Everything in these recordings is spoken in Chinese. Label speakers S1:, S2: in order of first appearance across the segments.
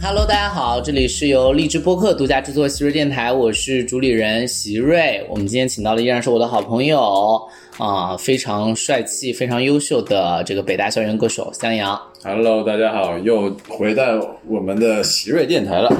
S1: Hello，大家好，这里是由荔枝播客独家制作席瑞电台，我是主理人席瑞。我们今天请到的依然是我的好朋友啊、非常帅气、非常优秀的这个北大校园歌手襄阳。
S2: Hello，大家好，又回到我们的席瑞电台了。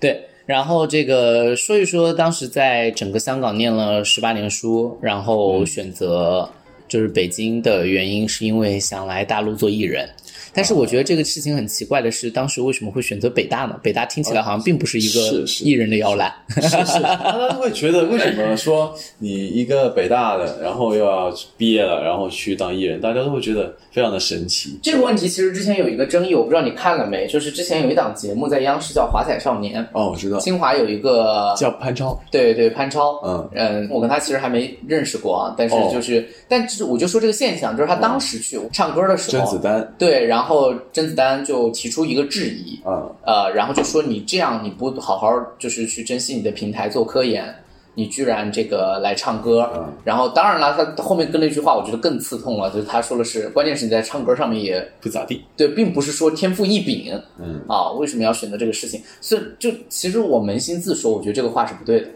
S1: 对，然后这个说一说当时在整个香港念了十八年书，然后选择就是北京的原因，是因为想来大陆做艺人。但是我觉得这个事情很奇怪的是，当时为什么会选择北大呢？北大听起来好像并不是一个
S2: 哦是是
S1: 艺人的摇篮。
S2: 是是，大家会觉得为什么说你一个北大的，然后又要毕业了，然后去当艺人，大家都会觉得非常的神奇。
S1: 这个问题其实之前有一个争议，我不知道你看了没？就是之前有一档节目在央视叫《华彩少年
S2: 哦，我知道》，，
S1: 清华有一个
S2: 叫潘超。
S1: 对对潘超，
S2: 嗯
S1: 嗯，我跟他其实还没认识过啊，但是
S2: 哦嗯
S1: 就是，但是我就说这个现象，就是他当时去唱歌的时
S2: 甄
S1: 候，
S2: 子丹，
S1: 对，然后甄子丹就提出一个质疑，
S2: 嗯，
S1: 呃，然后就说你这样你不好好就是去珍惜你的平台做科研，你居然这个来唱歌，
S2: 嗯
S1: 然后当然了，他后面跟了一句话，我觉得更刺痛了，就是他说的是，关键是你在唱歌上面也
S2: 不咋地。
S1: 对，并不是说天赋异禀，
S2: 嗯
S1: 啊，为什么要选择这个事情？所以就其实我扪心自说，我觉得这个话是不对的。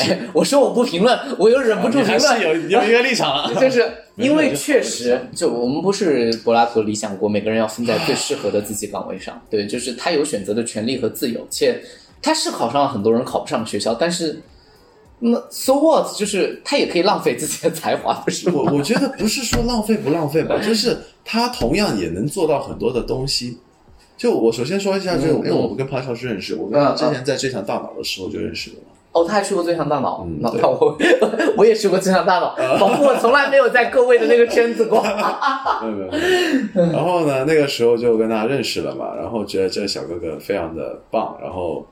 S1: 哎， 我说我不评论，我又忍不住
S2: 嗯啊你
S1: 评
S2: 还
S1: 论
S2: 是，有有一个立场啊了。
S1: 就是因为确
S2: 没有
S1: 实，就我们不是柏拉图的理想国，每个人要分在最适合的自己岗位上。对，就是他有选择的权利和自由，且他是考上了很多人考不上的学校，但是那 so what，就是他也可以浪费自己的才华，不是吗？
S2: 我我觉得不是说浪费不浪 费吧，就是他同样也能做到很多的东西。就我首先说一下，就是因为我们跟潘超是认识，我跟他之前在最强大脑的时候就认识了。
S1: 哦，他还去过最强大脑，
S2: 嗯
S1: 那
S2: 对
S1: 那我我也去过最强大脑，仿佛我从来没有在各位的那个圈子过。
S2: 没有没有没 有。然后呢，那个时候就跟他认识了嘛，然后觉得这个小哥哥非常的棒，然后。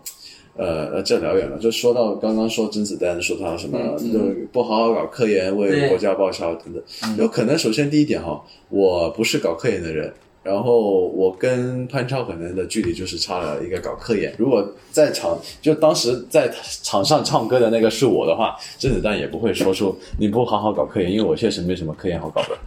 S2: 呃，呃这聊远了，就说到刚刚说甄子丹，说他什么、
S1: 嗯嗯
S2: 就不好好搞科研，为
S1: 对
S2: 国家报销等等
S1: 嗯。
S2: 有可能首先第一点哈，我不是搞科研的人，然后我跟潘超可能的距离就是差了一个搞科研。如果在场就当时在场上唱歌的那个是我的话，甄子丹也不会说出你不好好搞科研，因为我确实没什么科研好搞的。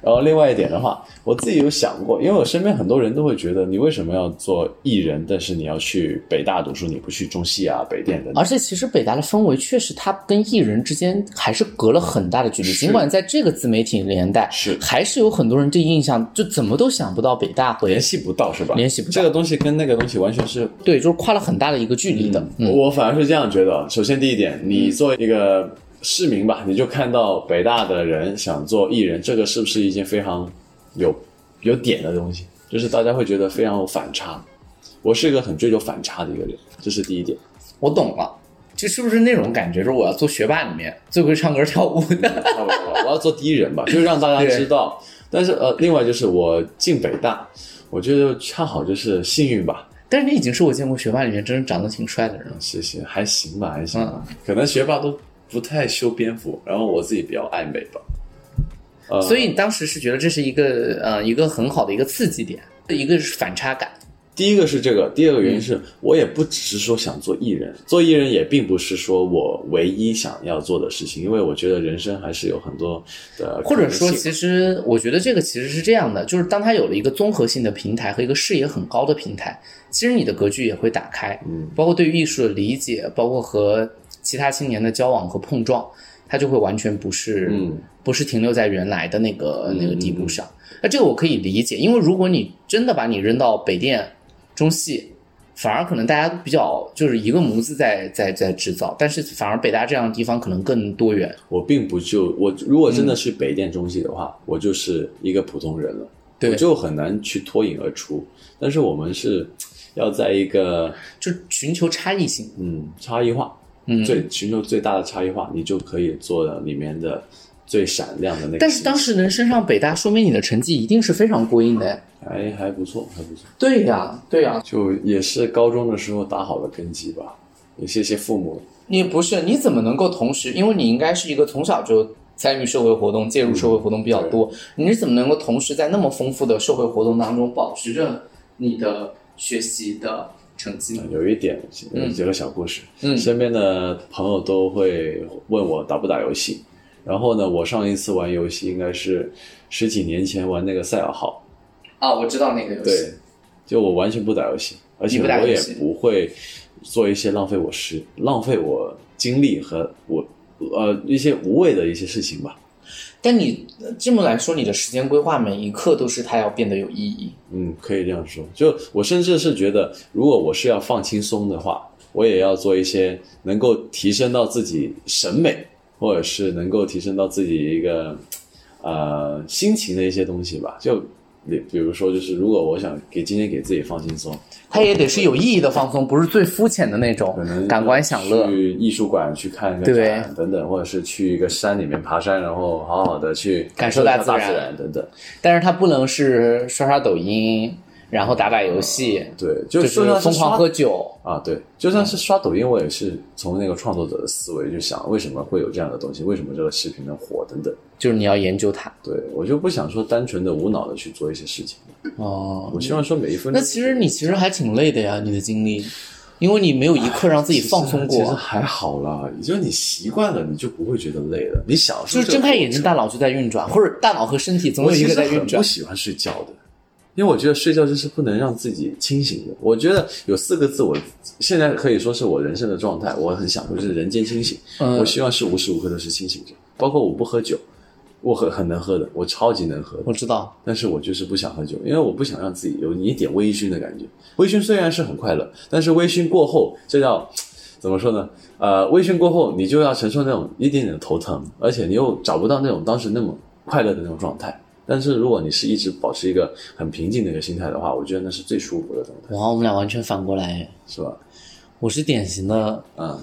S2: 然后另外一点的话，我自己有想过，因为我身边很多人都会觉得，你为什么要做艺人？但是你要去北大读书，你不去中戏啊、北电等等。
S1: 而且其实北大的氛围确实，它跟艺人之间还是隔了很大的距离。
S2: 是
S1: 尽管在这个自媒体年代，
S2: 是
S1: 还是有很多人对印象就怎么都想不到北大会
S2: 联系不到是吧？
S1: 联系不到
S2: 这个东西跟那个东西完全是
S1: 对，就是跨了很大的一个距离的。嗯，
S2: 我反而是这样觉得。首先第一点，你作为一个市民吧，你就看到北大的人想做艺人，这个是不是一件非常有有点的东西？就是大家会觉得非常有反差。我是一个很追求反差的一个人，这是第一点。
S1: 我懂了，这是不是那种感觉？就是我要做学霸里面最会唱歌跳舞 的。
S2: 差不多了，哦我要做第一人吧，就是让大家知道。但是呃，另外就是我进北大，我觉得恰好就是幸运吧，
S1: 但是你已经是我见过学霸里面真的长得挺帅的人了。
S2: 谢谢，还行吧，还行吧，
S1: 嗯
S2: 可能学霸都不太修边幅，然后我自己比较爱美吧。呃
S1: 所以你当时是觉得这是一个呃一个很好的一个刺激点，一个是反差感。
S2: 第一个是这个，第二个原因
S1: 嗯
S2: 是我也不只是说想做艺人，做艺人也并不是说我唯一想要做的事情，因为我觉得人生还是有很多的可
S1: 或者
S2: 能
S1: 说，
S2: 性
S1: 其实我觉得这个其实是这样的，就是当它有了一个综合性的平台和一个视野很高的平台，其实你的格局也会打开，
S2: 嗯，
S1: 包括对于艺术的理解，包括和其他青年的交往和碰撞，它就会完全不是，
S2: 嗯
S1: 不是停留在原来的那个那个地
S2: 嗯嗯
S1: 步
S2: 嗯
S1: 上。那这个我可以理解，因为如果你真的把你扔到北电、中戏。反而可能大家比较就是一个模子在在在制造，但是反而北大这样的地方可能更多元，
S2: 我并不就我如果真
S1: 嗯
S2: 的去北电中戏的话，我就是一个普通人了，
S1: 对
S2: 我就很难去脱颖而出。但是我们是要在一个
S1: 就寻求差异性。
S2: 嗯差异化，
S1: 嗯，
S2: 最寻求最大的差异化，你就可以做到里面的最闪亮的那个。
S1: 但是当时能升上北大，说明你的成绩一定是非常过硬的。
S2: 还哎还不错，还不错，
S1: 对呀、对呀、
S2: 就也是高中的时候打好的根基吧，也谢谢父母。
S1: 你不是你怎么能够同时？因为你应该是一个从小就参与社会活动、介入社会活动
S2: 嗯
S1: 比较多，你是怎么能够同时在那么丰富的社会活动当中保持着你的学习的成绩呢？
S2: 有一点，有几个小故事。
S1: 嗯
S2: 身边的朋友都会问我打不打游戏，然后呢，我上一次玩游戏应该是十几年前玩那个赛尔号，
S1: 啊，我知道那个游戏
S2: 对，就我完全不打游戏，而且
S1: 你不打
S2: 我
S1: 游
S2: 也
S1: 戏
S2: 不会做一些浪费我时、浪费我精力和我呃一些无谓的一些事情吧。
S1: 但你呃这么来说，你的时间规划每一刻都是它要变得有意义。
S2: 嗯，可以这样说。就我甚至是觉得，如果我是要放轻松的话，我也要做一些能够提升到自己审美，或者是能够提升到自己一个呃心情的一些东西吧。就比比如说，就是如果我想给今天给自己放轻松，
S1: 它也得是有意义的放松，不是最肤浅的那
S2: 可能
S1: 种感官享乐。
S2: 去艺术馆去看个
S1: 对
S2: 展等等，或者是去一个山里面爬山，然后好好的去
S1: 感受
S2: 一下
S1: 大自
S2: 大
S1: 然
S2: 然等等。
S1: 但是它不能是刷刷抖音，然后打打游戏，
S2: 对，嗯就
S1: 就
S2: 就算
S1: 是
S2: 是
S1: 疯
S2: 刷
S1: 狂喝酒。
S2: 啊，对，就算是刷抖音，我也是从那个创作者的思维去想，为什么会有这样的东西，为什么这个视频能火等等。
S1: 就是你要研究它。
S2: 对我就不想说单纯的无脑的去做一些事情，
S1: 哦，
S2: 我希望说每一分
S1: 那
S2: 钟
S1: 其实你其实还挺累的呀，你的经历，因为你没有一刻让自己放松
S2: 其实
S1: 过，
S2: 还好啦，也就是你习惯了，你就不会觉得累了，你享
S1: 就
S2: 受这
S1: 是
S2: 个
S1: 睁开
S2: 过
S1: 眼睛，
S2: 程
S1: 大脑就在运转，或者大脑和身体总有
S2: 我
S1: 一
S2: 其
S1: 个
S2: 实
S1: 在运
S2: 很
S1: 转
S2: 不。喜欢睡觉的，因为我觉得睡觉就是不能让自己清醒的。我觉得有四个字我，现在可以说是我人生的状态，我很享受，就是人间清醒。
S1: 嗯
S2: 我希望是无时无刻都是清醒着，包括我不喝酒，我很很能喝的，我超级能喝的
S1: 我。知道，
S2: 但是我就是不想喝酒，因为我不想让自己有一点微醺的感觉。微醺虽然是很快乐，但是微醺过后，这叫 怎么说呢？呃，微醺过后，你就要承受那种一点点的头疼，而且你又找不到那种当时那么快乐的那种状态。但是如果你是一直保持一个很平静的一个心态的话，我觉得那是最舒服的状态，
S1: 哇，我们俩完全反过来，
S2: 是吧？
S1: 我是典型的，
S2: 嗯，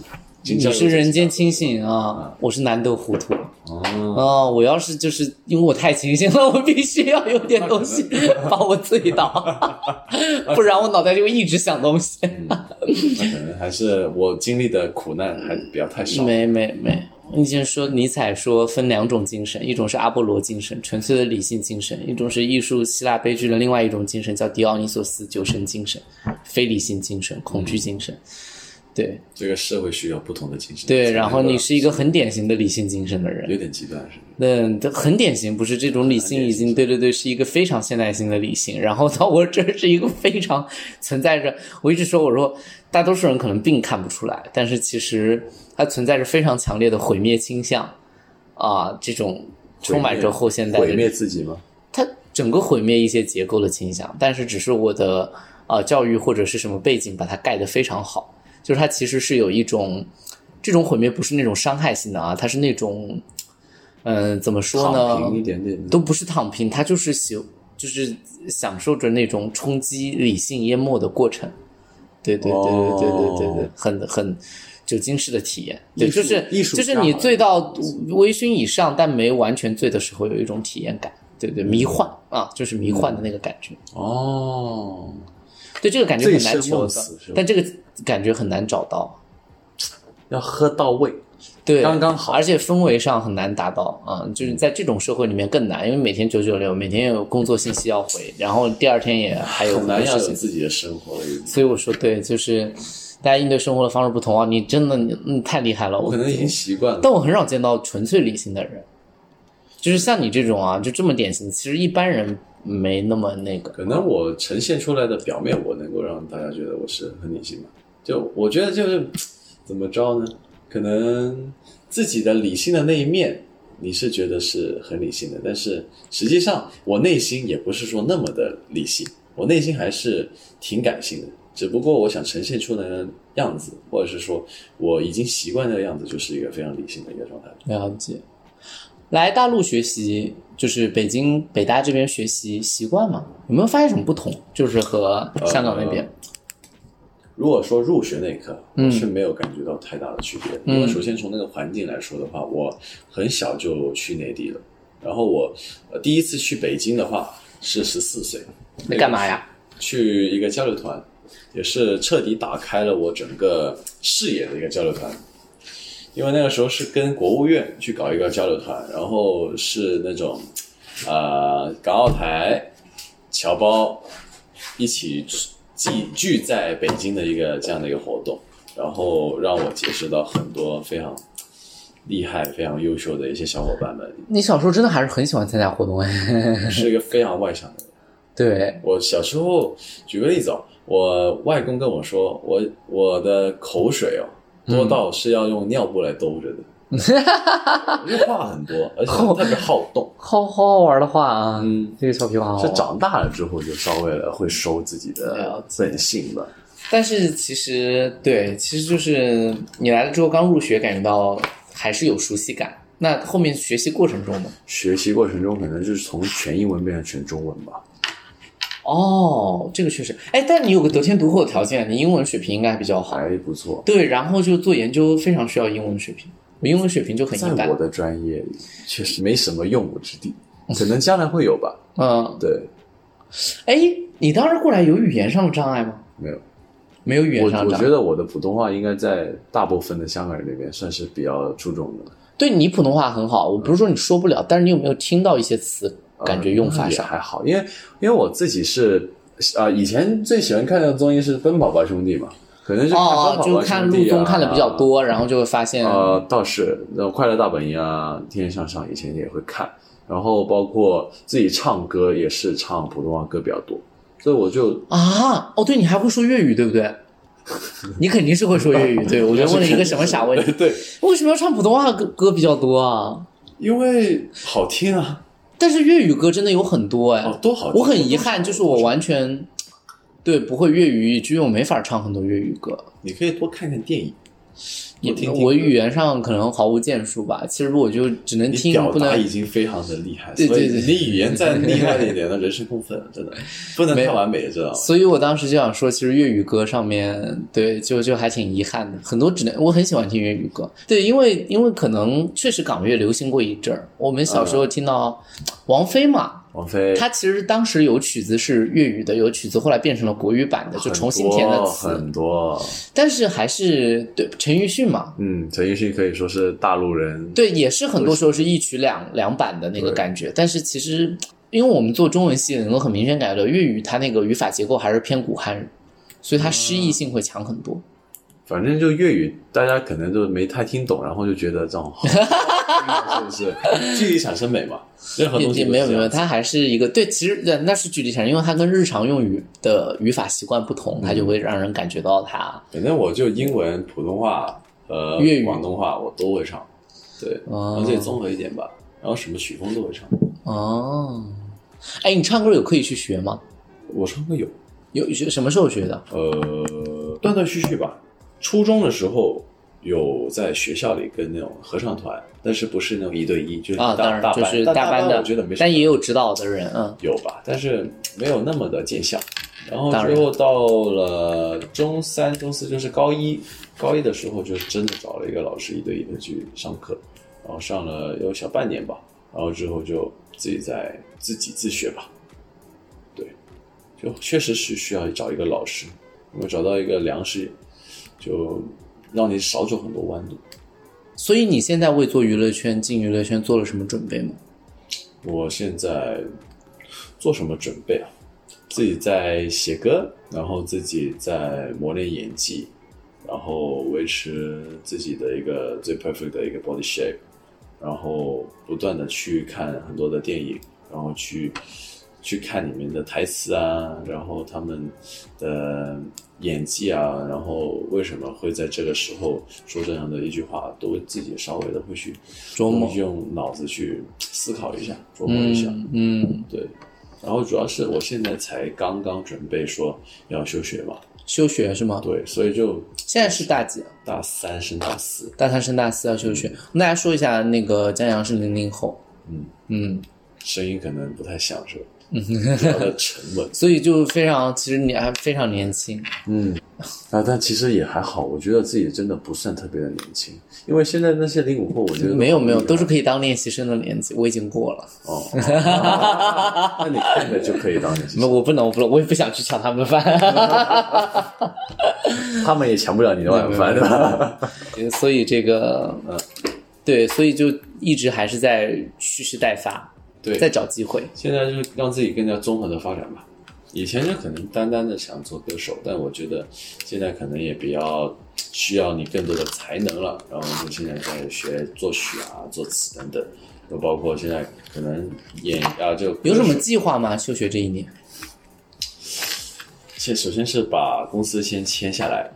S1: 你是人间清醒啊，我是难得糊涂
S2: 哦，
S1: 啊，我要是就是因为我太清醒了，我必须要有点东西把我醉倒，不然我脑袋就会一直想东西。
S2: 那可能还是我经历的苦难还比较太少。
S1: 没没没，你先说尼采说分两种精神，一种是阿波罗精神，纯粹的理性精神；一种是艺术希腊悲剧的另外一种精神，叫狄奥尼索斯酒神精神，非理性精神，恐惧精神。对
S2: 这个社会需要不同的精神。
S1: 对，然后你
S2: 才
S1: 是一个很典型的理性精神的
S2: 能
S1: 人
S2: 够，有点极端是吧？
S1: 嗯，它很典型，不是这种理性已经对对对，是一个非常现代性的理性。然后到 我这儿是一个非常存在着，我一直说我说大多数人可能并看不出来，但是其实它存在着非常强烈的毁灭倾向啊，这种充满着后现代
S2: 毁
S1: 的，
S2: 灭自己吗？
S1: 它整个毁灭一些结构的倾向，但是只是我的呃教育或者是什么背景把它盖得非常好，就是它其实是有一种这种毁灭不是那种伤害性的啊，它是那种。嗯，怎么说呢？
S2: 躺平一点点，
S1: 都不是躺平，他就是喜，就是享受着那种冲击理性淹没的过程。对对对对对对对对，
S2: 哦
S1: 很很酒精式的体验。
S2: 艺
S1: 对，就
S2: 术
S1: 是
S2: 艺术
S1: 就
S2: 家
S1: 是你醉到微醺以上，但没完全醉的时候，有一种体验感。对对，
S2: 嗯
S1: 迷幻啊，就是迷幻的那个感觉。
S2: 哦，
S1: 对，这个感觉很难
S2: 醉生
S1: 求
S2: 梦
S1: 的
S2: 死是吧，
S1: 但这个感觉很难找到。
S2: 要喝到位。
S1: 对，
S2: 刚刚好嗯
S1: 而且氛围上很难达到啊、就是在这种社会里面更难，因为每天九九六，每天有工作信息要回，然后第二天也还有
S2: 很难
S1: 工
S2: 要
S1: 作
S2: 有
S1: 信息，
S2: 自己的生活了，已经
S1: 所以我说对，就是大家应对生活的方式不同啊，你真的你你太厉害了，
S2: 我
S1: 我
S2: 可能已经习惯了。
S1: 但我很少见到纯粹理性的人，就是像你这种啊，就这么典型，其实一般人没那么那个，
S2: 可能我呈现出来的表面，我能够让大家觉得我是很理性的。就我觉得就是怎么着呢？可能自己的理性的那一面，你是觉得是很理性的，但是实际上我内心也不是说那么的理性，我内心还是挺感性的。只不过我想呈现出来的样子，或者是说我已经习惯这个样子，就是一个非常理性的一个状态。
S1: 了解。来大陆学习，就是北京北大这边学习习惯吗？有没有发现什么不同？就是和
S2: 呃
S1: 香港那边。
S2: 如果说入学那一刻，
S1: 嗯
S2: 我是没有感觉到太大的区别的，
S1: 嗯
S2: 因为首先从那个环境来说的话，我很小就去内地了，然后我、呃、第一次去北京的话是十四岁，
S1: 那干嘛呀？
S2: 去一个交流团，也是彻底打开了我整个视野的一个交流团。因为那个时候是跟国务院去搞一个交流团，然后是那种，呃，港澳台侨胞一起聚聚在北京的一个这样的一个活动，然后让我结识到很多非常厉害、非常优秀的一些小伙伴们，
S1: 你小时候真的还是很喜欢参加活动哎。
S2: 是一个非常外向的人。
S1: 对，
S2: 我小时候，举个例子哦，我外公跟我说，我我的口水哦，
S1: 嗯
S2: 多到是要用尿布来兜着的。 因为话很多，而且
S1: 哦
S2: 特别好动。
S1: 好好好玩的话啊，
S2: 嗯
S1: 这个小屁娃 好好
S2: 是
S1: 玩
S2: 长大了之后就稍微了会收自己的
S1: 了
S2: 本性了。
S1: 但是其实对，其实就是你来了之后刚入学，感觉到还是有熟悉感。那后面学习过程中呢？
S2: 学习过程中可能就是从全英文变成全中文吧。
S1: 哦，这个确实，哎，但你有个得天独厚的条件，你英文水平应该还比较好。
S2: 还不错，
S1: 对，然后就做研究非常需要英文水平，我英文水平就很
S2: 在
S1: 一般
S2: 我。的专业里确实没什么用武之 地，可能将来会有吧。
S1: 嗯，
S2: 对，
S1: 哎，你当时过来有语言上的障碍吗？
S2: 没有。
S1: 没有语言
S2: 我
S1: 上
S2: 我
S1: 的障
S2: 觉
S1: 碍。
S2: 得我的普通话应该在大部分的香港人那边算是比较注重的，
S1: 对你普通话很好，我不是说你说不了，但是你有没有听到一些词，
S2: 嗯
S1: 感觉用法
S2: 也
S1: 上？
S2: 还好，因为因为我自己是啊、以前最喜欢看的综艺是《奔跑吧兄弟》嘛，可能是看
S1: 哦，
S2: 奔
S1: 就
S2: 跑吧兄弟啊、
S1: 看路综看的比较多，嗯然后就会发现，
S2: 呃，倒是那种《快乐大本营》啊，《天天向上》以前也会看，然后包括自己唱歌也是唱普通话歌比较多，所以我就
S1: 啊，哦，对你还会说粤语，对不对？你肯定是会说粤语， 对我就问了一个什么傻问题，
S2: 对，
S1: 为什么要唱普通话歌歌比较多啊？
S2: 因为好听啊，
S1: 但是粤语歌真的有很多哎，
S2: 哦，多好听！
S1: 我很遗憾，就是我完全对不会粤语，以至于我没法唱很多粤语歌，
S2: 你可以多看看电影，
S1: 也
S2: 听听
S1: 我语言上可能毫无建树吧。其实我就只能
S2: 你
S1: 听，
S2: 表
S1: 不
S2: 达已
S1: 能
S2: 经非常的厉害，
S1: 对对对
S2: 所以你语言再厉害一点，那人生共愤，真的不能
S1: 没
S2: 太
S1: 有
S2: 完美，知道吗？
S1: 所以我当时就想说，其实粤语歌上面，对，就就还挺遗憾的。很多只能我很喜欢听粤语歌，对，因为因为可能确实港乐流行过一阵儿。我们小
S2: 嗯
S1: 时候听到王菲嘛，
S2: 王菲
S1: 她其实当时有曲子是粤语的，有曲子后来变成了国语版的，就重新填的词。
S2: 很多，
S1: 但是还是对陈奕迅嘛，
S2: 嗯，陈奕迅可以说是大陆人，
S1: 对，也是很多时候是一曲两两版的那个感觉。但是其实，因为我们做中文系的，能够很明显感觉到粤语它那个语法结构还是偏古汉语，所以
S2: 嗯
S1: 它诗意性会强很多。
S2: 反正就粤语，大家可能就没太听懂，然后就觉得这种好是不是 距离产生美嘛？任何
S1: 也
S2: 东西
S1: 也
S2: 都
S1: 没有
S2: 是这
S1: 没有，
S2: 样
S1: 它还是一个对，其实对那是举例产生，因为它跟日常用语的语法习惯不同，它就
S2: 嗯
S1: 会让人感觉到它，
S2: 反正我就英文、普通话和
S1: 粤语
S2: 广东话我都会唱，对，
S1: 哦
S2: 而且综合一点吧，然后什么曲风都会唱。
S1: 哦。哎，你唱歌有刻意去学吗？
S2: 我唱歌有，
S1: 有学什么时候学的？
S2: 呃，断断续续吧。初中的时候有在学校里跟那种合唱团，但是不是那种一对一，就是大、
S1: 啊，当
S2: 大
S1: 然就
S2: 班，
S1: 是
S2: 但
S1: 大班的，
S2: 我觉得没什么。
S1: 但也有指导的人，嗯，
S2: 有吧，但是没有那么的见效。然后
S1: 当然
S2: 之后到了中三、中四，就是高一，高一的时候就真的找了一个老师一对一的去上课，然后上了有小半年吧，然后之后就自己在自己自学吧。对，就确实是需要找一个老师，因为找到一个良师，就让你少走很多弯路。
S1: 所以你现在为做娱乐圈进娱乐圈做了什么准备吗？
S2: 我现在做什么准备啊？自己在写歌，然后自己在磨练演技，然后维持自己的一个最 perfect 的一个 body shape，然后不断的去看很多的电影，然后去去看里面的台词啊，然后他们的演技啊，然后为什么会在这个时候说这样的一句话，都会自己稍微的会去
S1: 琢磨
S2: 用脑子去思考一下，琢磨一下，
S1: 嗯，
S2: 对。然后主要是我现在才刚刚准备说要休学嘛，
S1: 休学是吗？
S2: 对，所以就
S1: 现在是大几？啊
S2: 大三升大四，
S1: 大三升大四要休学。跟大家说一下，那个江阳是零零后，
S2: 嗯
S1: 嗯，，
S2: 声音可能不太响是吧？比较的沉 稳
S1: 所以就非常，其实你还非常年轻，
S2: 嗯，啊，但其实也还好，我觉得自己真的不算特别的年轻，因为现在那些零五后，我觉得
S1: 没有没有，都
S2: 是
S1: 是可以当练习生的年纪，我已经过了，
S2: 哦，那你看着就可以当年
S1: 没
S2: 轻，
S1: 我不能，我不能，我也不想去抢他们的饭，
S2: 他们也抢不了你的晚饭
S1: 没有没有
S2: 的。
S1: 所以这个，呃对，所以就一直还是在蓄势待发，
S2: 对
S1: 在找机会，
S2: 现在就是让自己更加综合的发展吧。以前就可能单单的想做歌手，但我觉得现在可能也比较需要你更多的才能了。然后就现在在学作曲啊、作词等等，就包括现在可能演啊，就
S1: 有什么计划吗？休学这一年，
S2: 先首先是把公司先签下来，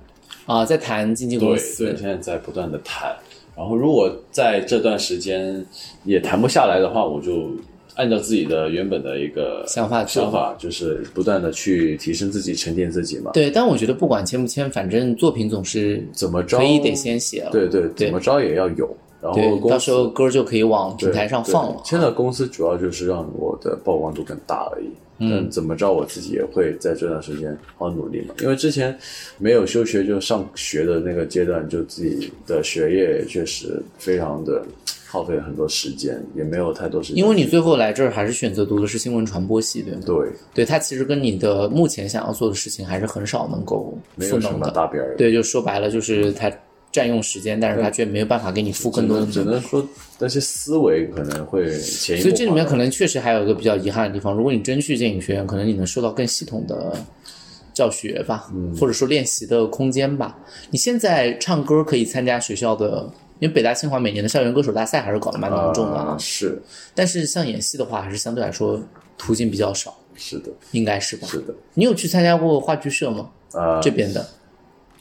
S1: 啊，在谈经纪
S2: 对
S1: 公
S2: 对，
S1: 司
S2: 现在在不断的谈。然后如果在这段时间也谈不下来的话，我就按照自己的原本的一个
S1: 想法做
S2: 想法，就是不断的去提升自己、沉淀自己嘛。
S1: 对，但我觉得不管签不签，反正作品总是
S2: 怎么着
S1: 可以得先写了，
S2: 对对，
S1: 对
S2: 怎么着也要有。然后
S1: 对，
S2: 公
S1: 到
S2: 司
S1: 时候歌就可以往平
S2: 对
S1: 台上
S2: 对
S1: 放了。啊
S2: 签了公司主要就是让我的曝光度更大而已。嗯，怎么着我自己也会在这段时间好好努力嘛，因为之前没有休学就上学的那个阶段，就自己的学业确实非常的耗费很多时间，也没有太多时间。
S1: 因为你最后来这儿还是选择读的是新闻传播系，对吗？
S2: 对
S1: 对，它其实跟你的目前想要做的事情还是很少能够
S2: 没
S1: 赋
S2: 有什
S1: 能
S2: 么
S1: 的。
S2: 大边儿，
S1: 对，就说白了，就是它占用时间，但是它却没有办法给你付
S2: 只
S1: 更多的
S2: 能只
S1: 能量。
S2: 能说那些思维可能会潜移默化。
S1: 所以这里面可能确实还有一个比较遗憾的地方，如果你真去电影学院，可能你能受到更系统的教学吧，或者说练习的空间吧。你现在唱歌可以参加学校的，因为北大清华每年的校园歌手大赛还是搞得蛮隆重的啊
S2: 啊，。是
S1: 但是像演戏的话，还是相对来说途径比较少，
S2: 是的，
S1: 应该是吧？
S2: 是的，
S1: 你有去参加过话剧社吗？
S2: 啊，
S1: 这边的，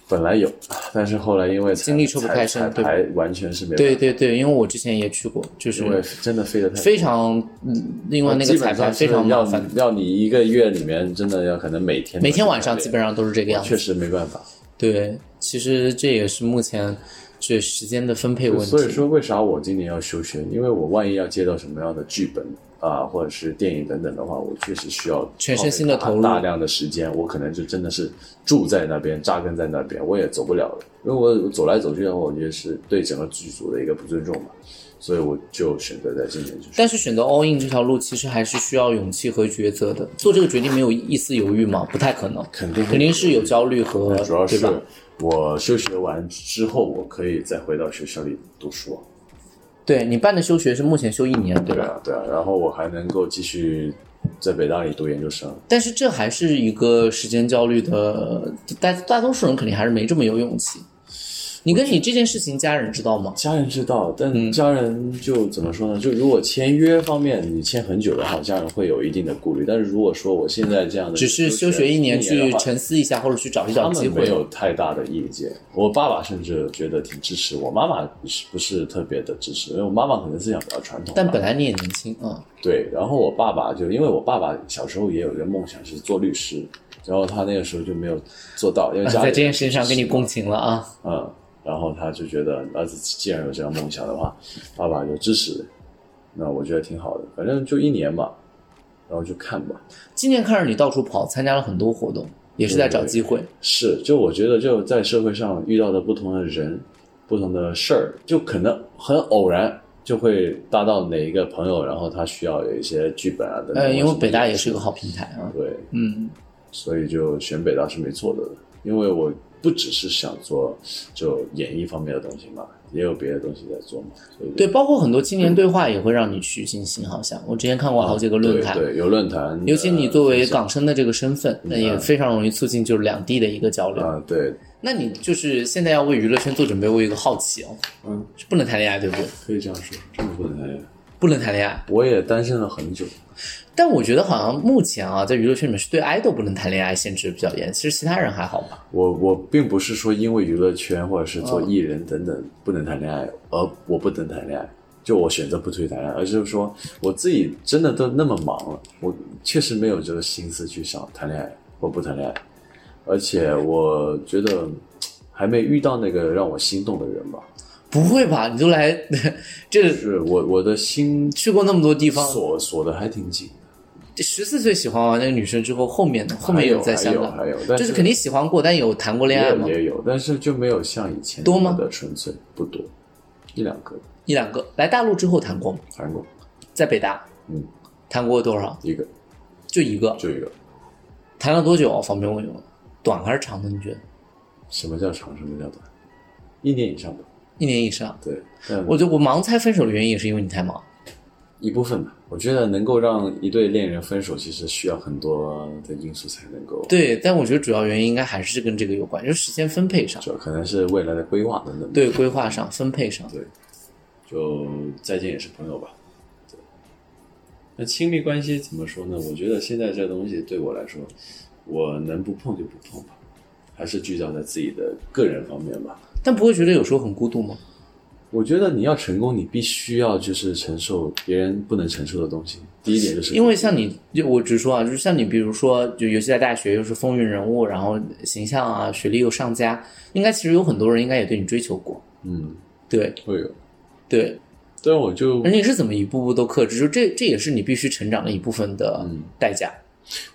S2: 本来有，但是后来因为
S1: 精力抽不开身对吧
S2: 还完全是没办法
S1: 对对对，因为我之前也去过，就
S2: 因为
S1: 是
S2: 真的飞得太
S1: 非常，嗯另外那个
S2: 基
S1: 彩
S2: 本
S1: 排
S2: 上
S1: 非常
S2: 是要
S1: 麻烦，
S2: 要你一个月里面真的要可能每天
S1: 每天晚上基
S2: 基
S1: 本上都是这个样
S2: 确
S1: 子。
S2: 实没办法。
S1: 对，其实这也是目前这时间的分配问
S2: 所以
S1: 题。
S2: 说为啥我今年要休学？因为我万一要接到什么样的剧本啊，或者是电影等等的话，我确实需要
S1: 全身心地投入
S2: 大大量的时间，我可能就真的是住在那边，扎根在那边，我也走不了了。因为我走来走去的话，我觉得是对整个剧组的一个不尊重嘛，所以我就选择在今年就是。
S1: 但是选择 all in 这条路，其实还是需要勇气和抉择的。做这个决定没有一丝犹豫吗？不太可能，
S2: 肯定会
S1: 肯定是有焦虑和
S2: 主要
S1: 嗯对
S2: 是
S1: 吧？
S2: 我休学完之后，我可以再回到学校里读书啊。
S1: 对你办的休学是目前休一年，对
S2: 对
S1: 吧？
S2: 啊，对啊，然后我还能够继续在北大里读研究生。
S1: 但是这还是一个时间焦虑的，大大多数人肯定还是没这么有勇气。你跟你这件事情，家人知道吗？
S2: 家人知
S1: 嗯
S2: 道，但家人就怎么说呢？就如果签约方面你签很久的话，家人会有一定的顾虑。但是如果说我现在这样的，
S1: 只是休学一年
S2: 年
S1: 去
S2: 的话
S1: 沉思一下，或者去找一
S2: 他
S1: 找机
S2: 们没
S1: 会。
S2: 有太大的意见。我爸爸甚至觉得挺支持，我妈妈不是不是特别的支持，因为我妈妈可能思想比较传统吧。
S1: 但本来你也年轻啊、
S2: 对，然后我爸爸就因为我爸爸小时候也有一个梦想是做律师，然后他那个时候就没有做到，因为
S1: 嗯，
S2: 家
S1: 在
S2: 里
S1: 这件事情上跟你共情了啊。
S2: 嗯，然后他就觉得儿子既然有这样梦想的话，爸爸就支持，那我觉得挺好的，反正就一年嘛，然后就看吧。
S1: 今年看着你到处跑，参加了很多活动，也是在找机会。
S2: 是，就我觉得就在社会上遇到的不同的人、不同的事儿，就可能很偶然就会搭到哪一个朋友，然后他需要有一些剧本啊等等。
S1: 呃，因
S2: 或
S1: 为
S2: 者
S1: 北大
S2: 什么
S1: 也是一个好平台啊。
S2: 对，
S1: 嗯，
S2: 所以就选北大是没错的，因为我不只是想做就演艺方面的东西嘛，也有别的东西在做嘛。所以就
S1: 对，包括很多青年对话也会让你去进行，好像我之前看过好几个论坛。
S2: 对对，嗯有论坛，
S1: 尤其你
S2: 呃
S1: 作为港生的这个身份，那也非常容易促进就是两地的一个交流。
S2: 啊、对，
S1: 那你就是现在要为娱乐圈做准备，我有一个好奇哦，
S2: 嗯，
S1: 是不能谈恋爱对不对？
S2: 可以这样说，真
S1: 嗯
S2: 的不能谈恋爱。
S1: 不能谈恋爱，
S2: 我也单身了很久，
S1: 但我觉得好像目前啊，在娱乐圈里面是对 idol 不能谈恋爱限制比较严，其实其他人还好吧？
S2: 我我并不是说因为娱乐圈或者是做
S1: 嗯
S2: 艺人等等不能谈恋爱，而我不能谈恋爱，就我选择不去谈恋爱，而是说我自己真的都那么忙了，我确实没有这个心思去想谈恋爱或不谈恋爱，而且我觉得嗯还没遇到那个让我心动的人吧，
S1: 不会吧？你都来 这
S2: 就是我我的心
S1: 去过那么多地方，
S2: 锁锁的还挺紧，
S1: 十四岁喜欢完那个女生之后，后面呢？后面有在香港
S2: 还，有还有，但
S1: 就是肯定喜欢过，但有谈过恋
S2: 也
S1: 爱
S2: 有
S1: 吗？
S2: 也有，但是就没有像以前
S1: 多吗
S2: 那么的纯粹，不多，一两个
S1: 一两个。来大陆之后谈过吗？
S2: 韩国
S1: 在北大，
S2: 嗯，
S1: 谈过多少？
S2: 一个
S1: 就一个。
S2: 就一个。
S1: 谈了多久？方便问一问，短还是长的？你觉得？
S2: 什么叫长，什么叫短？一年以上吧。
S1: 一年以上？
S2: 对，但
S1: 我觉得我盲猜分手的原因也是因为你太忙。
S2: 一部分吧。我觉得能够让一对恋人分手，其实需要很多的因素才能够，
S1: 对，但我觉得主要原因应该还是跟这个有关，就是时间分配上，
S2: 就可能是未来的规划等等。，
S1: 对规划上、分配上。
S2: 就再见也是朋友吧。对。那亲密关系怎么说呢？我觉得现在这东西对我来说，我能不碰就不碰吧，还是聚焦在自己的个人方面吧。
S1: 但不会觉得有时候很孤独吗？
S2: 我觉得你要成功，你必须要就是承受别人不能承受的东西。第一点就是
S1: 因为像你，就我直说啊，就是像你，比如说，就尤其在大学又是风云人物，然后形象啊、学历又上佳，应该其实有很多人应该也对你追求过。
S2: 嗯
S1: 对
S2: 会有，
S1: 对，
S2: 但我就
S1: 而你是怎么一步步都克制？就这，这也是你必须成长的一部分的
S2: 嗯
S1: 代价。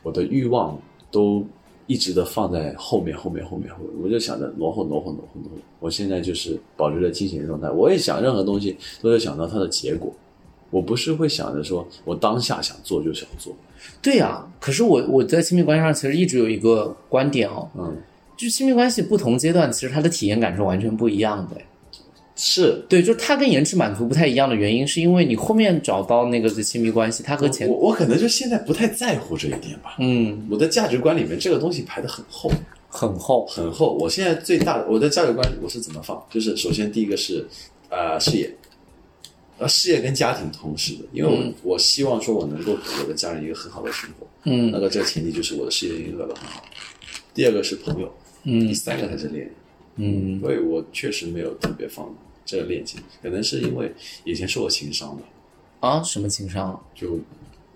S2: 我的欲望都一直的放在后面，后面，后面，后面，我就想着挪后，挪后，挪后，挪后。我现在就是保持着清醒的状态，我也想任何东西都是想到它的结果，我不是会想着说我当下想做就想做，
S1: 对呀、啊，可是我我在亲密关系上其实一直有一个观点哦，
S2: 嗯，
S1: 就是亲密关系不同阶段，其实它的体验感是完全不一样的。
S2: 是
S1: 对，就是它跟延迟满足不太一样的原因，是因为你后面找到那个的亲密关系，它和前
S2: 我我可能就现在不太在乎这一点吧，
S1: 嗯
S2: 我的价值观里面这个东西排得很厚，
S1: 很厚，
S2: 很厚。我现在最大的我的价值观我是怎么放？就是首先第一个是呃事业，呃事业跟家庭同时的，因为我、
S1: 嗯
S2: 我希望说我能够给我的家人一个很好的生活，那
S1: 嗯
S2: 个这个前提就是我的事业运作的很好。第二个是朋友，第
S1: 嗯
S2: 三个才是恋人。
S1: 嗯
S2: 所以我确实没有特别放这个恋情，可能是因为以前受过情伤吧，
S1: 啊，什么情商？
S2: 就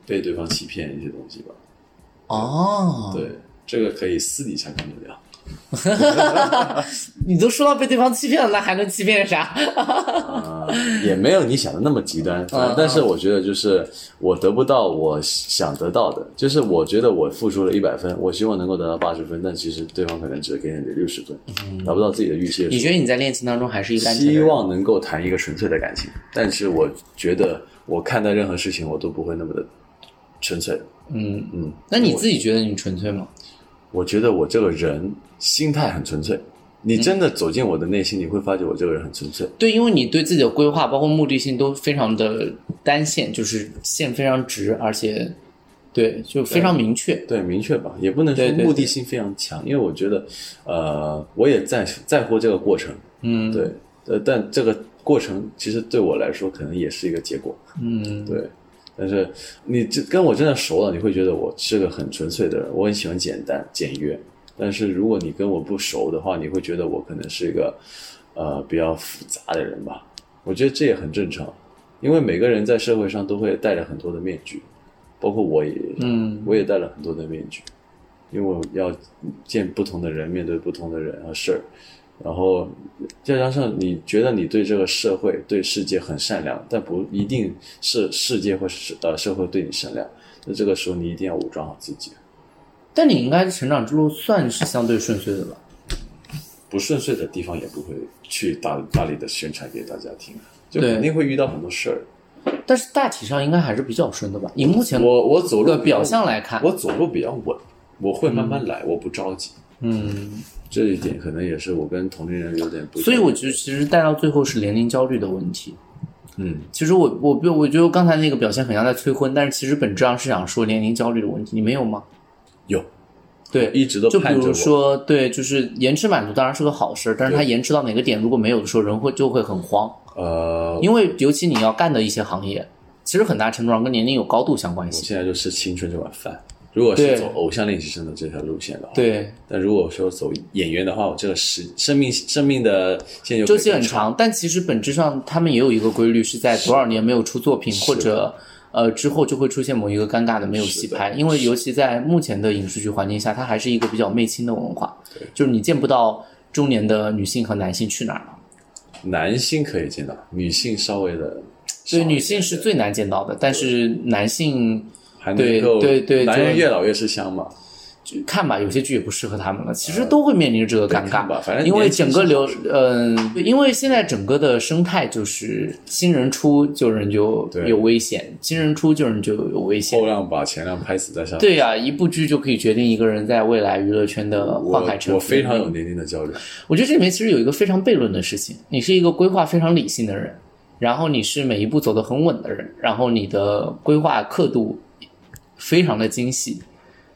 S2: 被对方欺骗一些东西吧。
S1: 哦，，
S2: 对，这个可以私底下跟你聊。
S1: 你都说到被对方欺骗了，那还能欺骗啥？
S2: 啊， 也没有你想的那么极端，反正但是我觉得就是我得不到我想得到的，就是我觉得我付出了一百分，我希望能够得到八十分，但其实对方可能只给你六十分，达不到自己的预期 的
S1: 你
S2: 时
S1: 觉得你在恋情当中还是一
S2: 候，
S1: 般？
S2: 希望能够谈一个纯粹的感情，但是我觉得我看待任何事情我都不会那么的纯粹，
S1: 嗯，
S2: 嗯，
S1: 那你自己觉得你纯粹吗？
S2: 我觉得我这个人心态很纯粹，你真的走进我的内心，你会发觉我这个人很纯粹，
S1: 对，因为你对自己的规划，包括目的性都非常的单线，就是线非常直，而且对，就非常明确。
S2: 对，明确吧，也不能说
S1: 对对对
S2: 目的性非常强，因为我觉得，呃，我也在在乎这个过程，
S1: 嗯，
S2: 对，呃，但这个过程其实对我来说可能也是一个结果，
S1: 嗯，
S2: 对。但是你这跟我真的熟了，你会觉得我是个很纯粹的人，我很喜欢简单简约。但是如果你跟我不熟的话，你会觉得我可能是一个呃比较复杂的人吧。我觉得这也很正常，因为每个人在社会上都会戴着很多的面具，包括我也
S1: 嗯，
S2: 我也戴了很多的面具，因为我要见不同的人，面对不同的人和事儿，然后再加上你觉得你对这个社会、对世界很善良，但不一定是世界或是呃社会对你善良，那这个时候你一定要武装好自己，
S1: 但你应该成长之路算是相对顺遂的吧？
S2: 不顺遂的地方也不会去大大力的宣传给大家听，就
S1: 对
S2: 肯定会遇到很多事儿。
S1: 但是大体上应该还是比较顺的吧？以目前
S2: 我我走路
S1: 的
S2: 比较
S1: 表象来看，
S2: 我走路比较稳，我会慢慢来，我不着急。
S1: 嗯，
S2: 这一点可能也是我跟同龄人有点不一样，
S1: 所以我觉得其实带到最后是年龄焦虑的问题。
S2: 嗯，
S1: 其实我我我我觉得刚才那个表现很像在催婚，但是其实本质上是想说年龄焦虑的问题，你没有吗？
S2: 有
S1: 对，
S2: 一直都
S1: 就比
S2: 盼着
S1: 如
S2: 我
S1: 说，对，就是延迟满足当然是个好事，但是它延迟到哪个点，如果没有的时候，人会就会很慌，
S2: 呃，
S1: 因为尤其你要干的一些行业，其实很大程度上跟年龄有高度相关
S2: 我
S1: 系。
S2: 现在就吃青春这碗饭。如果是
S1: 对
S2: 走偶像练习生的这条路线的话，。
S1: 对，
S2: 但如果说走演员的话，我这个时生命生命的线就
S1: 周
S2: 可以
S1: 期
S2: 更
S1: 很长，但其实本质上他们也有一个规律，是在多少年没有出作品或者。呃，之后就会出现某一个尴尬的没有戏拍，因为尤其在目前的影视剧环境下，它还是一个比较媚亲的文化，就是你见不到中年的女性和男性去哪儿了。
S2: 长。男性可以见到，女性稍微的，
S1: 对，女性是最难见到的，但是男性
S2: 还能
S1: 对
S2: 够
S1: 对对
S2: 男人
S1: 就
S2: 越老越吃香嘛。
S1: 就看吧，有些剧也不适合他们了，其实都会面临着这个尴
S2: 呃对
S1: 尬
S2: 看吧反正
S1: 因为
S2: 年轻
S1: 整个
S2: 是
S1: 流，嗯、因为现在整个的生态就是新人出旧人就
S2: 对哦
S1: 有危险，新人出旧人就有危险
S2: 后。浪把前浪拍死在上面。
S1: 对呀、一部剧就可以决定一个人在未来娱乐圈的
S2: 我
S1: 宦海沉浮。
S2: 我非常有年龄的焦虑，
S1: 我觉得这里面其实有一个非常悖论的事情：你是一个规划非常理性的人，然后你是每一步走得很稳的人，然后你的规划刻度非常的精细，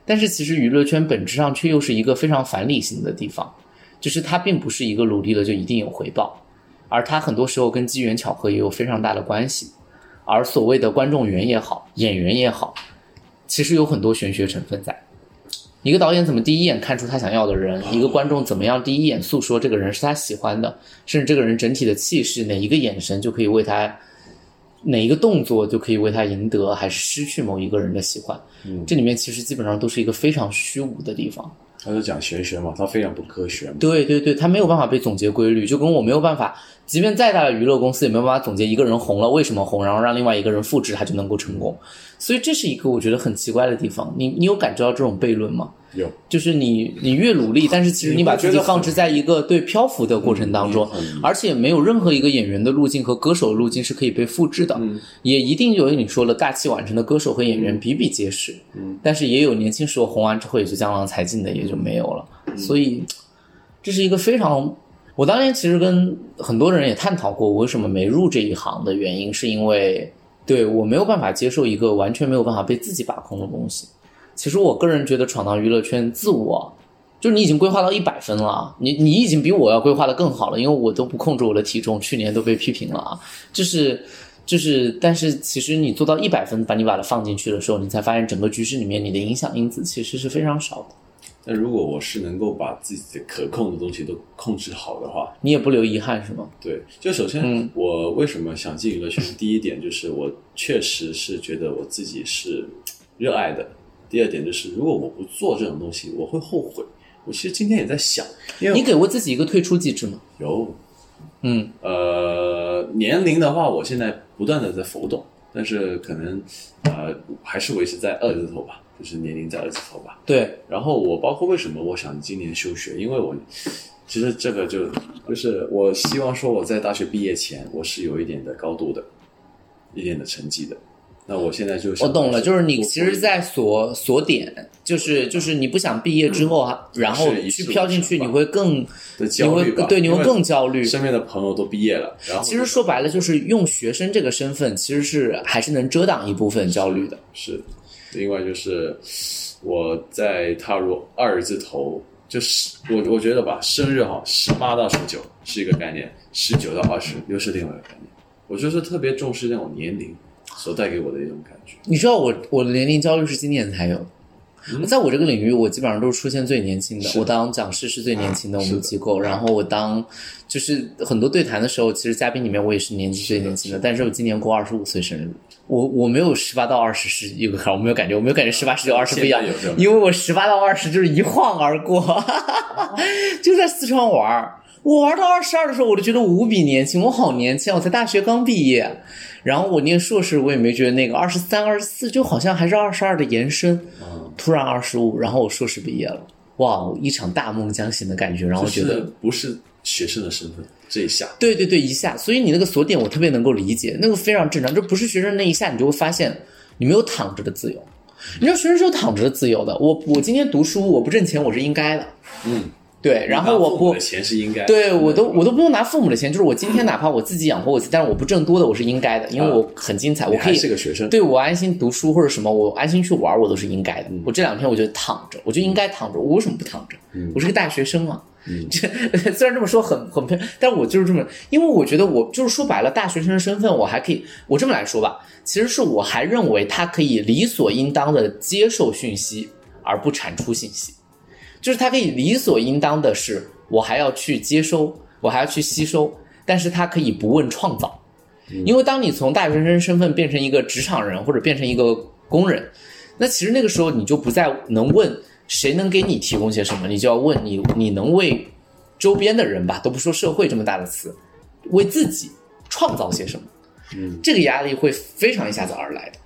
S1: 但是其实娱乐圈本质上却又是一个非常反理性的地方，就是它并不是一个努力了就一定有回报，而它很多时候跟机缘巧合也有非常大的关系，而所谓的观众缘也好，演员也好，其实有很多玄学成分在。一个导演怎么第一眼看出他想要的人，一个观众怎么样第一眼诉说这个人是他喜欢的，甚至这个人整体的气势，哪一个眼神就可以为他，哪一个动作就可以为他赢得还是失去某一个人的喜欢。
S2: 嗯
S1: 这里面其实基本上都是一个非常虚无的地方。
S2: 他就讲玄学嘛，他非常不科学嘛。
S1: 对对对，他没有办法被总结规律，就跟我没有办法，即便再大的娱乐公司也没有办法总结一个人红了为什么红，然后让另外一个人复制他就能够成功。所以这是一个我觉得很奇怪的地方。你你有感觉到这种悖论吗？
S2: 有，
S1: 就是你你越努力，但是其实你把自己放置在一个对漂浮的过程当中，而且没有任何一个演员的路径和歌手路径是可以被复制的，也一定有你说的大器晚成的歌手和演员比比皆是，但是也有年轻时候红完之后也就江郎才尽的，也就没有了，所以这是一个非常。我当年其实跟很多人也探讨过，我为什么没入这一行的原因，是因为对我没有办法接受一个完全没有办法被自己把控的东西。其实我个人觉得，闯荡娱乐圈，自我就是你已经规划到一百分了，啊你你已经比我要规划的更好了，因为我都不控制我的体重，去年都被批评了啊，就是。就是，但是其实你做到一百分，把你把它放进去的时候，你才发现整个局势里面你的影响因子其实是非常少的。
S2: 但如果我是能够把自己的可控的东西都控制好的话，
S1: 你也不留遗憾是吗？
S2: 对，就首先、我为什么想进娱乐圈，第一点就是我确实是觉得我自己是热爱的，第二点就是如果我不做这种东西，我会后悔。我其实今天也在想，因
S1: 你
S2: 为
S1: 给过自己一个退出机制吗？
S2: 有
S1: 嗯，
S2: 呃年龄的话，我现在不断的在浮动，但是可能呃还是维持在二字头吧，就是年龄在二字头吧。
S1: 对，
S2: 然后我包括为什么我想今年休学，因为我其实这个就就是我希望说我在大学毕业前我是有一点的高度的，一点的成绩的。那我现在就想
S1: 我懂了，就是你
S2: 我
S1: 其实，在锁锁点，就是就是你不想毕业之后，啊然后
S2: 是一
S1: 去
S2: 事无
S1: 飘进
S2: 成
S1: 去，
S2: 吧
S1: 你会更，
S2: 的
S1: 你
S2: 焦
S1: 会
S2: 虑吧
S1: 对你
S2: 因
S1: 会
S2: 为
S1: 更焦虑。
S2: 身边的朋友都毕业了，然后
S1: 其实说白了，就是用学生这个身份，其实是还是能遮挡一部分焦虑的。
S2: 是，另外就是我在踏入二字头，就是我我觉得吧，生日哈，十八到十九是一个概念，十九到二十又是另外一个概念。我就是特别重视那种年龄所带给我的一种感觉。
S1: 你知道我我的年龄焦虑是今年才有的，在我这个领域，我基本上嗯都是出现最年轻的。
S2: 是
S1: 我当讲师是最年轻的我
S2: 是
S1: 们
S2: 的
S1: 机构，然后我当就是很多对谈的时候，其实嘉宾里面我也是年纪最年轻的，但是我今年过二十五岁生日，我我没有十八到二十是一个坎儿，我没有感觉，我没有感觉十八、十九、二十不一样
S2: 现在有这，种
S1: 因为我十八到二十就是一晃而过， 就在四川玩儿。我玩到二十二的时候，我就觉得我无比年轻，我好年轻啊，我才大学刚毕业。然后我念硕士，我也没觉得那个二十三、二十四就好像还是二十二的延伸，突然二十五，然后我硕士毕业了，哇，一场大梦将醒的感觉，然后
S2: 我
S1: 觉得。
S2: 不是学生的身份，这一下
S1: 对对对，一下，所以你那个锁点我特别能够理解，那个非常正常，就不是学生那一下，你就会发现你没有躺着的自由。你知道学生是有躺着的自由的，我我今天读书，我不挣钱我是应该的，
S2: 嗯，
S1: 对，然后我
S2: 拿父母
S1: 不
S2: 的钱是应该，嗯
S1: 对我都我都不用拿父母的钱，就是我今天哪怕我自己养活我自己，但是我不挣多的，我是应该的，因为我很精彩，我
S2: 啊你
S1: 可
S2: 还
S1: 以
S2: 是个学生，
S1: 对我安心读书或者什么，我安心去玩，我都是应该的。我这两天我就躺着，我就应该躺着，我为什么不躺着？我是个大学生嘛。这虽然这么说很很偏，但我就是这么，因为我觉得我就是说白了，大学生的身份我还可以，我这么来说吧，其实是我还认为他可以理所应当的接受讯息，而不产出信息。就是他可以理所应当的是，我还要去接收，我还要去吸收，但是他可以不问创造，因为当你从大学生身份变成一个职场人或者变成一个工人，那其实那个时候你就不再能问谁能给你提供些什么，你就要问你你能为周边的人吧，都不说社会这么大的词，为自己创造些什么，
S2: 嗯，
S1: 这个压力会非常一下子而来的。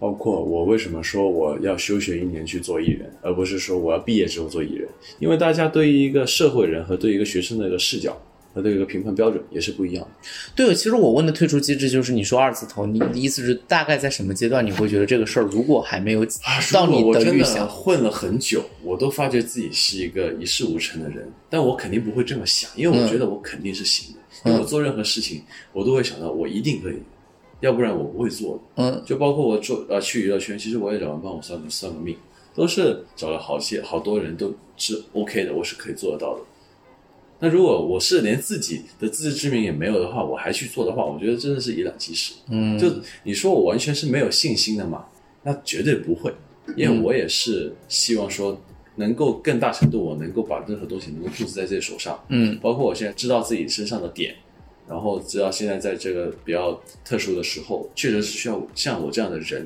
S2: 包括我为什么说我要休学一年去做艺人，而不是说我要毕业之后做艺人，因为大家对于一个社会人和对于一个学生的一个视角和对于一个评判标准也是不一样的。
S1: 对，其实我问的退出机制就是你说二字头，你意思是大概在什么阶段你会觉得这个事儿如果还没有到
S2: 如
S1: 你
S2: 啊果我
S1: 的
S2: 真
S1: 预
S2: 的啊
S1: 想，
S2: 混了很久，我都发觉自己是一个一事无成的人，但我肯定不会这么想，因为我觉得我肯定是行的。因为我做任何事情，我都会想到我一定可以，要不然我不会做的。
S1: 嗯，
S2: 就包括我做呃去娱乐圈，其实我也找人帮我算个算个命，都是找了好些好多人都是 OK 的，我是可以做得到的。那如果我是连自己的自知之明也没有的话，我还去做的话，我觉得真的是以卵击石。
S1: 嗯
S2: 就你说我完全是没有信心的嘛？那绝对不会，因为我也是希望说，能够更大程度我能够把任何东西能够控制在自己手上，
S1: 嗯，
S2: 包括我现在知道自己身上的点，然后知道现在在这个比较特殊的时候，确实是需要像我这样的人，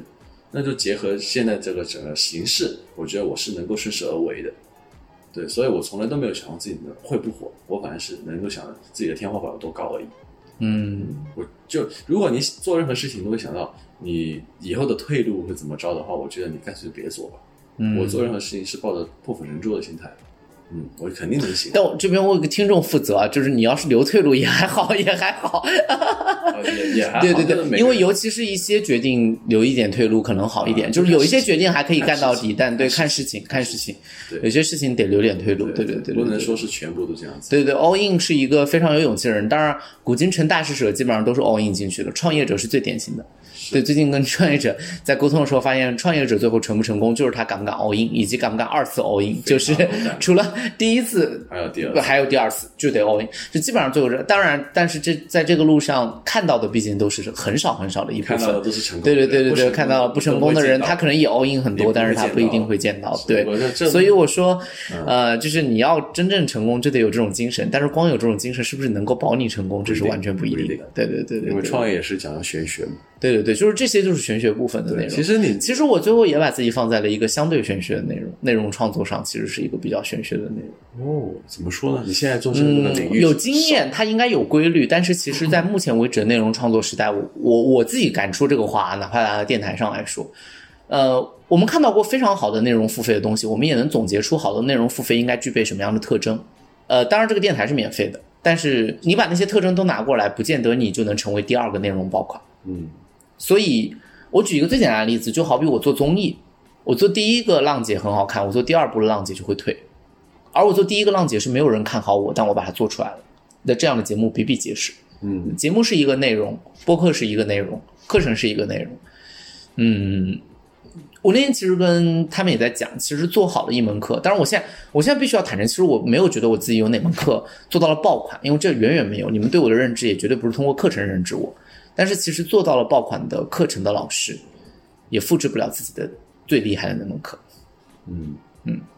S2: 那就结合现在这个整个形势，我觉得我是能够顺势而为的。对，所以我从来都没有想过自己能会不火，我反而是能够想自己的天花板有多高而已。
S1: 嗯，
S2: 我就如果你做任何事情都会想到你以后的退路会怎么着的话，我觉得你干脆别做吧。
S1: 嗯
S2: 我做任何事情是抱着破釜沉舟的心态，嗯，我肯定能行。
S1: 但我这边为听众负责啊，就是你要是留退路也还好，也还好。
S2: 呃也也还好
S1: 对对
S2: 就是
S1: 对，
S2: 每个人
S1: 因为尤其是一些决定留一点退路可能好一点，
S2: 啊
S1: 就是有一些决定还可以
S2: 看
S1: 干到
S2: 事情
S1: 底，但对看
S2: 看
S1: 事情看事情，
S2: 对
S1: 有些事情得留点退路。对
S2: 对
S1: 对，
S2: 不
S1: 对
S2: 能
S1: 对
S2: 说是全部都这样子。
S1: 对对，all in 是一个非常有勇气的人。当然，古今成大事者基本上都是 all in 进去的，创业者是最典型的。对，最近跟创业者在沟通的时候，发现创业者最后成不成功，就是他敢不敢 all in，以及敢不敢二次 all in，就是
S2: 非常勇敢
S1: 除了第一次
S2: 还有第二
S1: 不
S2: 次，
S1: 还有第二次就得 all in，就基本上最后是当然，但是这在这个路上看到的毕竟都是很少很少的一部
S2: 看到的
S1: 分。
S2: 都是成功
S1: 对
S2: 的
S1: 对
S2: 人，
S1: 对对
S2: 不
S1: 对，
S2: 成功
S1: 看到不成功的人，
S2: 都会
S1: 他
S2: 见到
S1: 可能也 all in 很
S2: 也
S1: 多，
S2: 不
S1: 但是他
S2: 会见
S1: 不一定
S2: 到
S1: 会见到。
S2: 是
S1: 对
S2: 我觉得，这嗯
S1: 所以我说，呃，就是你要真正成功，就得有这种精神。但是光有这种精神，是不是能够保你成功，这是
S2: 不一定
S1: 完全不一
S2: 不一
S1: 定
S2: 定
S1: 的。对对对对，
S2: 因为
S1: 对
S2: 创业也是讲玄学嘛。
S1: 对对对，就是这些就是玄学部分的内容。
S2: 其实你
S1: 其实我最后也把自己放在了一个相对玄学的内容内容创作上，其实是一个比较玄学的内容。
S2: 哦，怎么说呢？你现在做这个领
S1: 嗯，
S2: 域嗯
S1: 有经验，它应该有规律，但是其实，在目前为止的内容创作时代，我我我自己敢说这个话，哪怕拿到电台上来说，呃，我们看到过非常好的内容付费的东西，我们也能总结出好的内容付费应该具备什么样的特征。呃，当然这个电台是免费的，但是你把那些特征都拿过来，不见得你就能成为第二个内容爆款。
S2: 嗯，
S1: 所以我举一个最简单的例子，就好比我做综艺，我做第一个浪姐很好看，我做第二部浪姐就会退，而我做第一个浪姐是没有人看好我，但我把它做出来了。那这样的节目比比皆是。
S2: 嗯，
S1: 节目是一个内容，播客是一个内容，课程是一个内容。嗯，我那天其实跟他们也在讲，其实做好了一门课，当然我现在我现在必须要坦诚，其实我没有觉得我自己有哪门课做到了爆款，因为这远远没有。你们对我的认知也绝对不是通过课程认知我，但是其实做到了爆款的课程的老师，也复制不了自己的最厉害的那门课。嗯，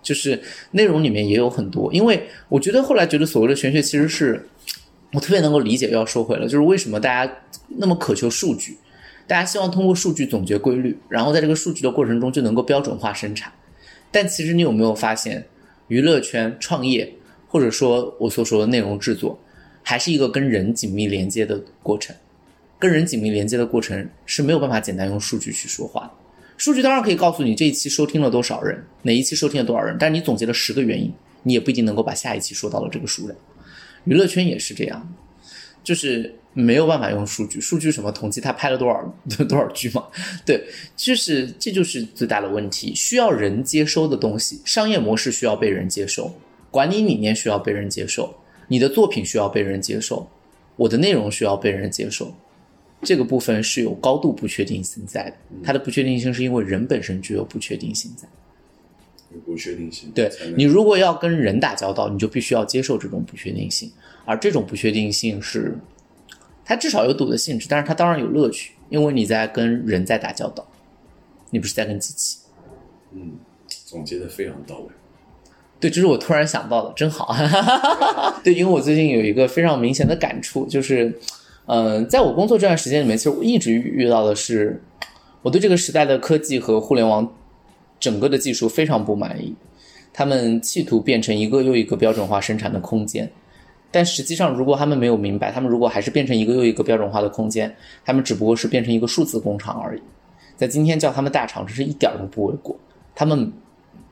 S1: 就是内容里面也有很多，因为我觉得后来觉得所谓的玄学其实是我特别能够理解。又要说回了，就是为什么大家那么渴求数据，大家希望通过数据总结规律，然后在这个数据的过程中就能够标准化生产。但其实你有没有发现，娱乐圈创业或者说我所说的内容制作，还是一个跟人紧密连接的过程。跟人紧密连接的过程是没有办法简单用数据去说话的。数据当然可以告诉你这一期收听了多少人，哪一期收听了多少人，但是你总结了十个原因，你也不一定能够把下一期说到了这个数量。娱乐圈也是这样，就是没有办法用数据，数据什么统计他拍了多少 多少剧嘛，对，就是这就是最大的问题，需要人接收的东西，商业模式需要被人接受，管理理念需要被人接受，你的作品需要被人接受，我的内容需要被人接受，这个部分是有高度不确定性在的。它的不确定性是因为人本身具有不确定性在。
S2: 有不确定性。
S1: 对
S2: 才能
S1: 你如果要跟人打交道，你就必须要接受这种不确定性，而这种不确定性是，它至少有赌的性质，但是它当然有乐趣，因为你在跟人在打交道，你不是在跟机器。
S2: 嗯，总结的非常到位。
S1: 对，这是我突然想到的，真好。 对，因为我最近有一个非常明显的感触，就是，嗯、在我工作这段时间里面，其实我一直遇到的是，我对这个时代的科技和互联网整个的技术非常不满意。他们企图变成一个又一个标准化生产的空间，但实际上，如果他们没有明白，他们如果还是变成一个又一个标准化的空间，他们只不过是变成一个数字工厂而已。在今天叫他们大厂，这是一点儿都不为过。他们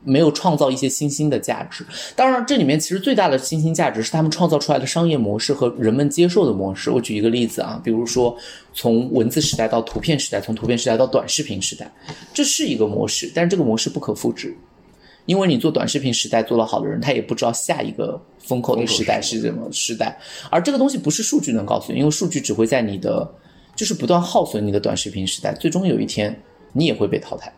S1: 没有创造一些新兴的价值。当然，这里面其实最大的新兴价值是他们创造出来的商业模式和人们接受的模式。我举一个例子啊，比如说从文字时代到图片时代，从图片时代到短视频时代，这是一个模式，但是这个模式不可复制。因为你做短视频时代做得好的人，他也不知道下一个风口的时代是什么时代，而这个东西不是数据能告诉你，因为数据只会在你的就是不断耗损你的短视频时代，最终有一天你也会被淘汰。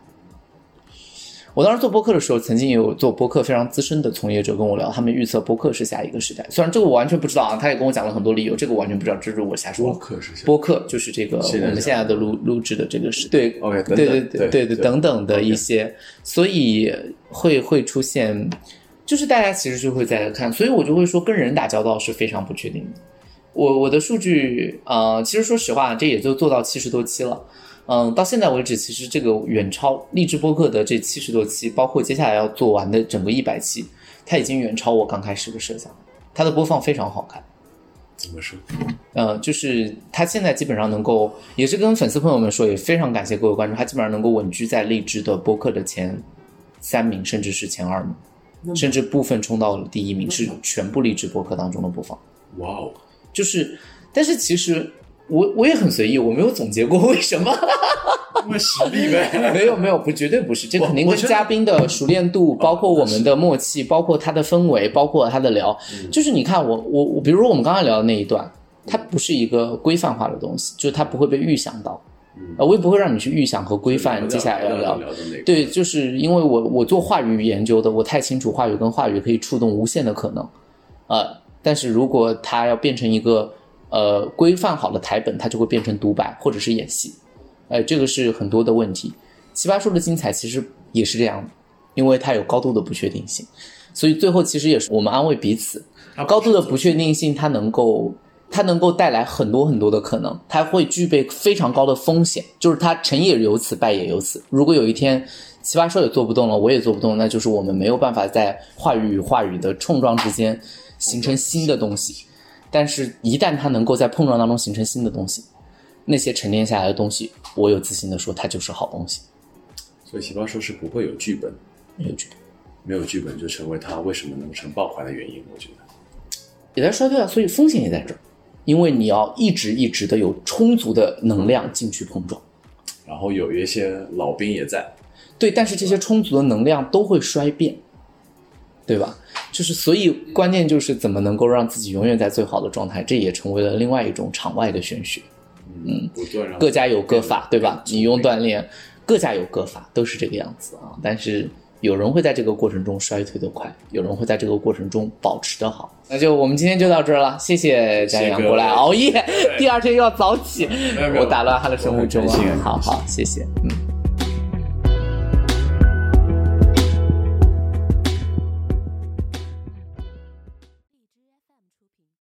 S1: 我当时做播客的时候，曾经也有做播客非常资深的从业者跟我聊，他们预测播客是下一个时代。虽然这个我完全不知道啊，他也跟我讲了很多理由，这个我完全不知道，这是我瞎说
S2: 播
S1: 的。
S2: 客是谁？
S1: 播客就是这个
S2: 是
S1: 我
S2: 的
S1: 们现在的录录制的这个时对
S2: OK，等等
S1: 对对
S2: 对
S1: 对
S2: 对
S1: 等等的一些，所以会会出现，就是大家其实就会在看，所以我就会说跟人打交道是非常不确定的。我我的数据，呃，其实说实话，这也就做到七十多期了。嗯，到现在为止，其实这个远超励志播客的这七十多期，包括接下来要做完的整个一百期，它已经远超我刚开始的设想。它的播放非常好看，
S2: 怎么说？
S1: 呃，就是他现在基本上能够，也是跟粉丝朋友们说，也非常感谢各位关注，他基本上能够稳居在荔枝的播客的前三名，甚至是前二
S2: 那
S1: 名，甚至部分冲到了第一名，是全部荔枝播客当中的播放。
S2: 哇哦，
S1: 就是，但是其实我我也很随意，我没有总结过为什么，
S2: 因为实力 呗。
S1: 没有没有，不绝对不是，这
S2: 我
S1: 肯定
S2: 我
S1: 跟
S2: 觉得嗯啊
S1: 嘉宾的熟练度，包括我们的默契，包括他的氛围，包括他的聊，
S2: 嗯
S1: 就是你看我我我，比如说我们刚刚聊的那一段，它不是一个规范化的东西，就是它不会被预想到，
S2: 嗯
S1: 呃，我也不会让你去预想和规范接下来要聊
S2: 聊。的那个，
S1: 对，就是因为我我做话语研究的，我太清楚话语跟话语可以触动无限的可能，呃，但是如果它要变成一个呃规范好的台本，它就会变成独白或者是演戏，呃，这个是很多的问题。奇葩说的精彩其实也是这样的，因为它有高度的不确定性，所以最后其实也是我们安慰彼此，
S2: 它不
S1: 高度的不确定性，它能够它能够带来很多很多的可能，它会具备非常高的风险，就是它成也由此，败也由此。如果有一天奇葩说也做不动了，我也做不动，那就是我们没有办法在话语与话语的冲撞之间形成新的东西。但是，一旦它能够在碰撞当中形成新的东西，那些沉淀下来的东西，我有自信的说，它就是好东西。
S2: 所以奇葩说是不会有剧本，
S1: 没有觉得
S2: 没有剧本就成为它为什么能成爆款的原因，我觉得。
S1: 也在衰退啊，所以风险也在这儿，因为你要一直一直的有充足的能量进去碰撞。
S2: 然后有一些老兵也在，
S1: 对，但是这些充足的能量都会衰变，对吧？就是所以关键就是怎么能够让自己永远在最好的状态，这也成为了另外一种场外的玄学。
S2: 嗯，不断让
S1: 各家有各法，对吧？你用锻炼，各家有各法，都是这个样子啊。但是有人会在这个过程中衰退的快，有人会在这个过程中保持的好。那就我们今天就到这儿了，谢谢家阳
S2: 各位
S1: 过来熬夜，第二天又要早起
S2: 没有，没有
S1: 我打乱他的生物钟
S2: 我很开心
S1: 啊。
S2: 啊
S1: 好好，谢谢，嗯。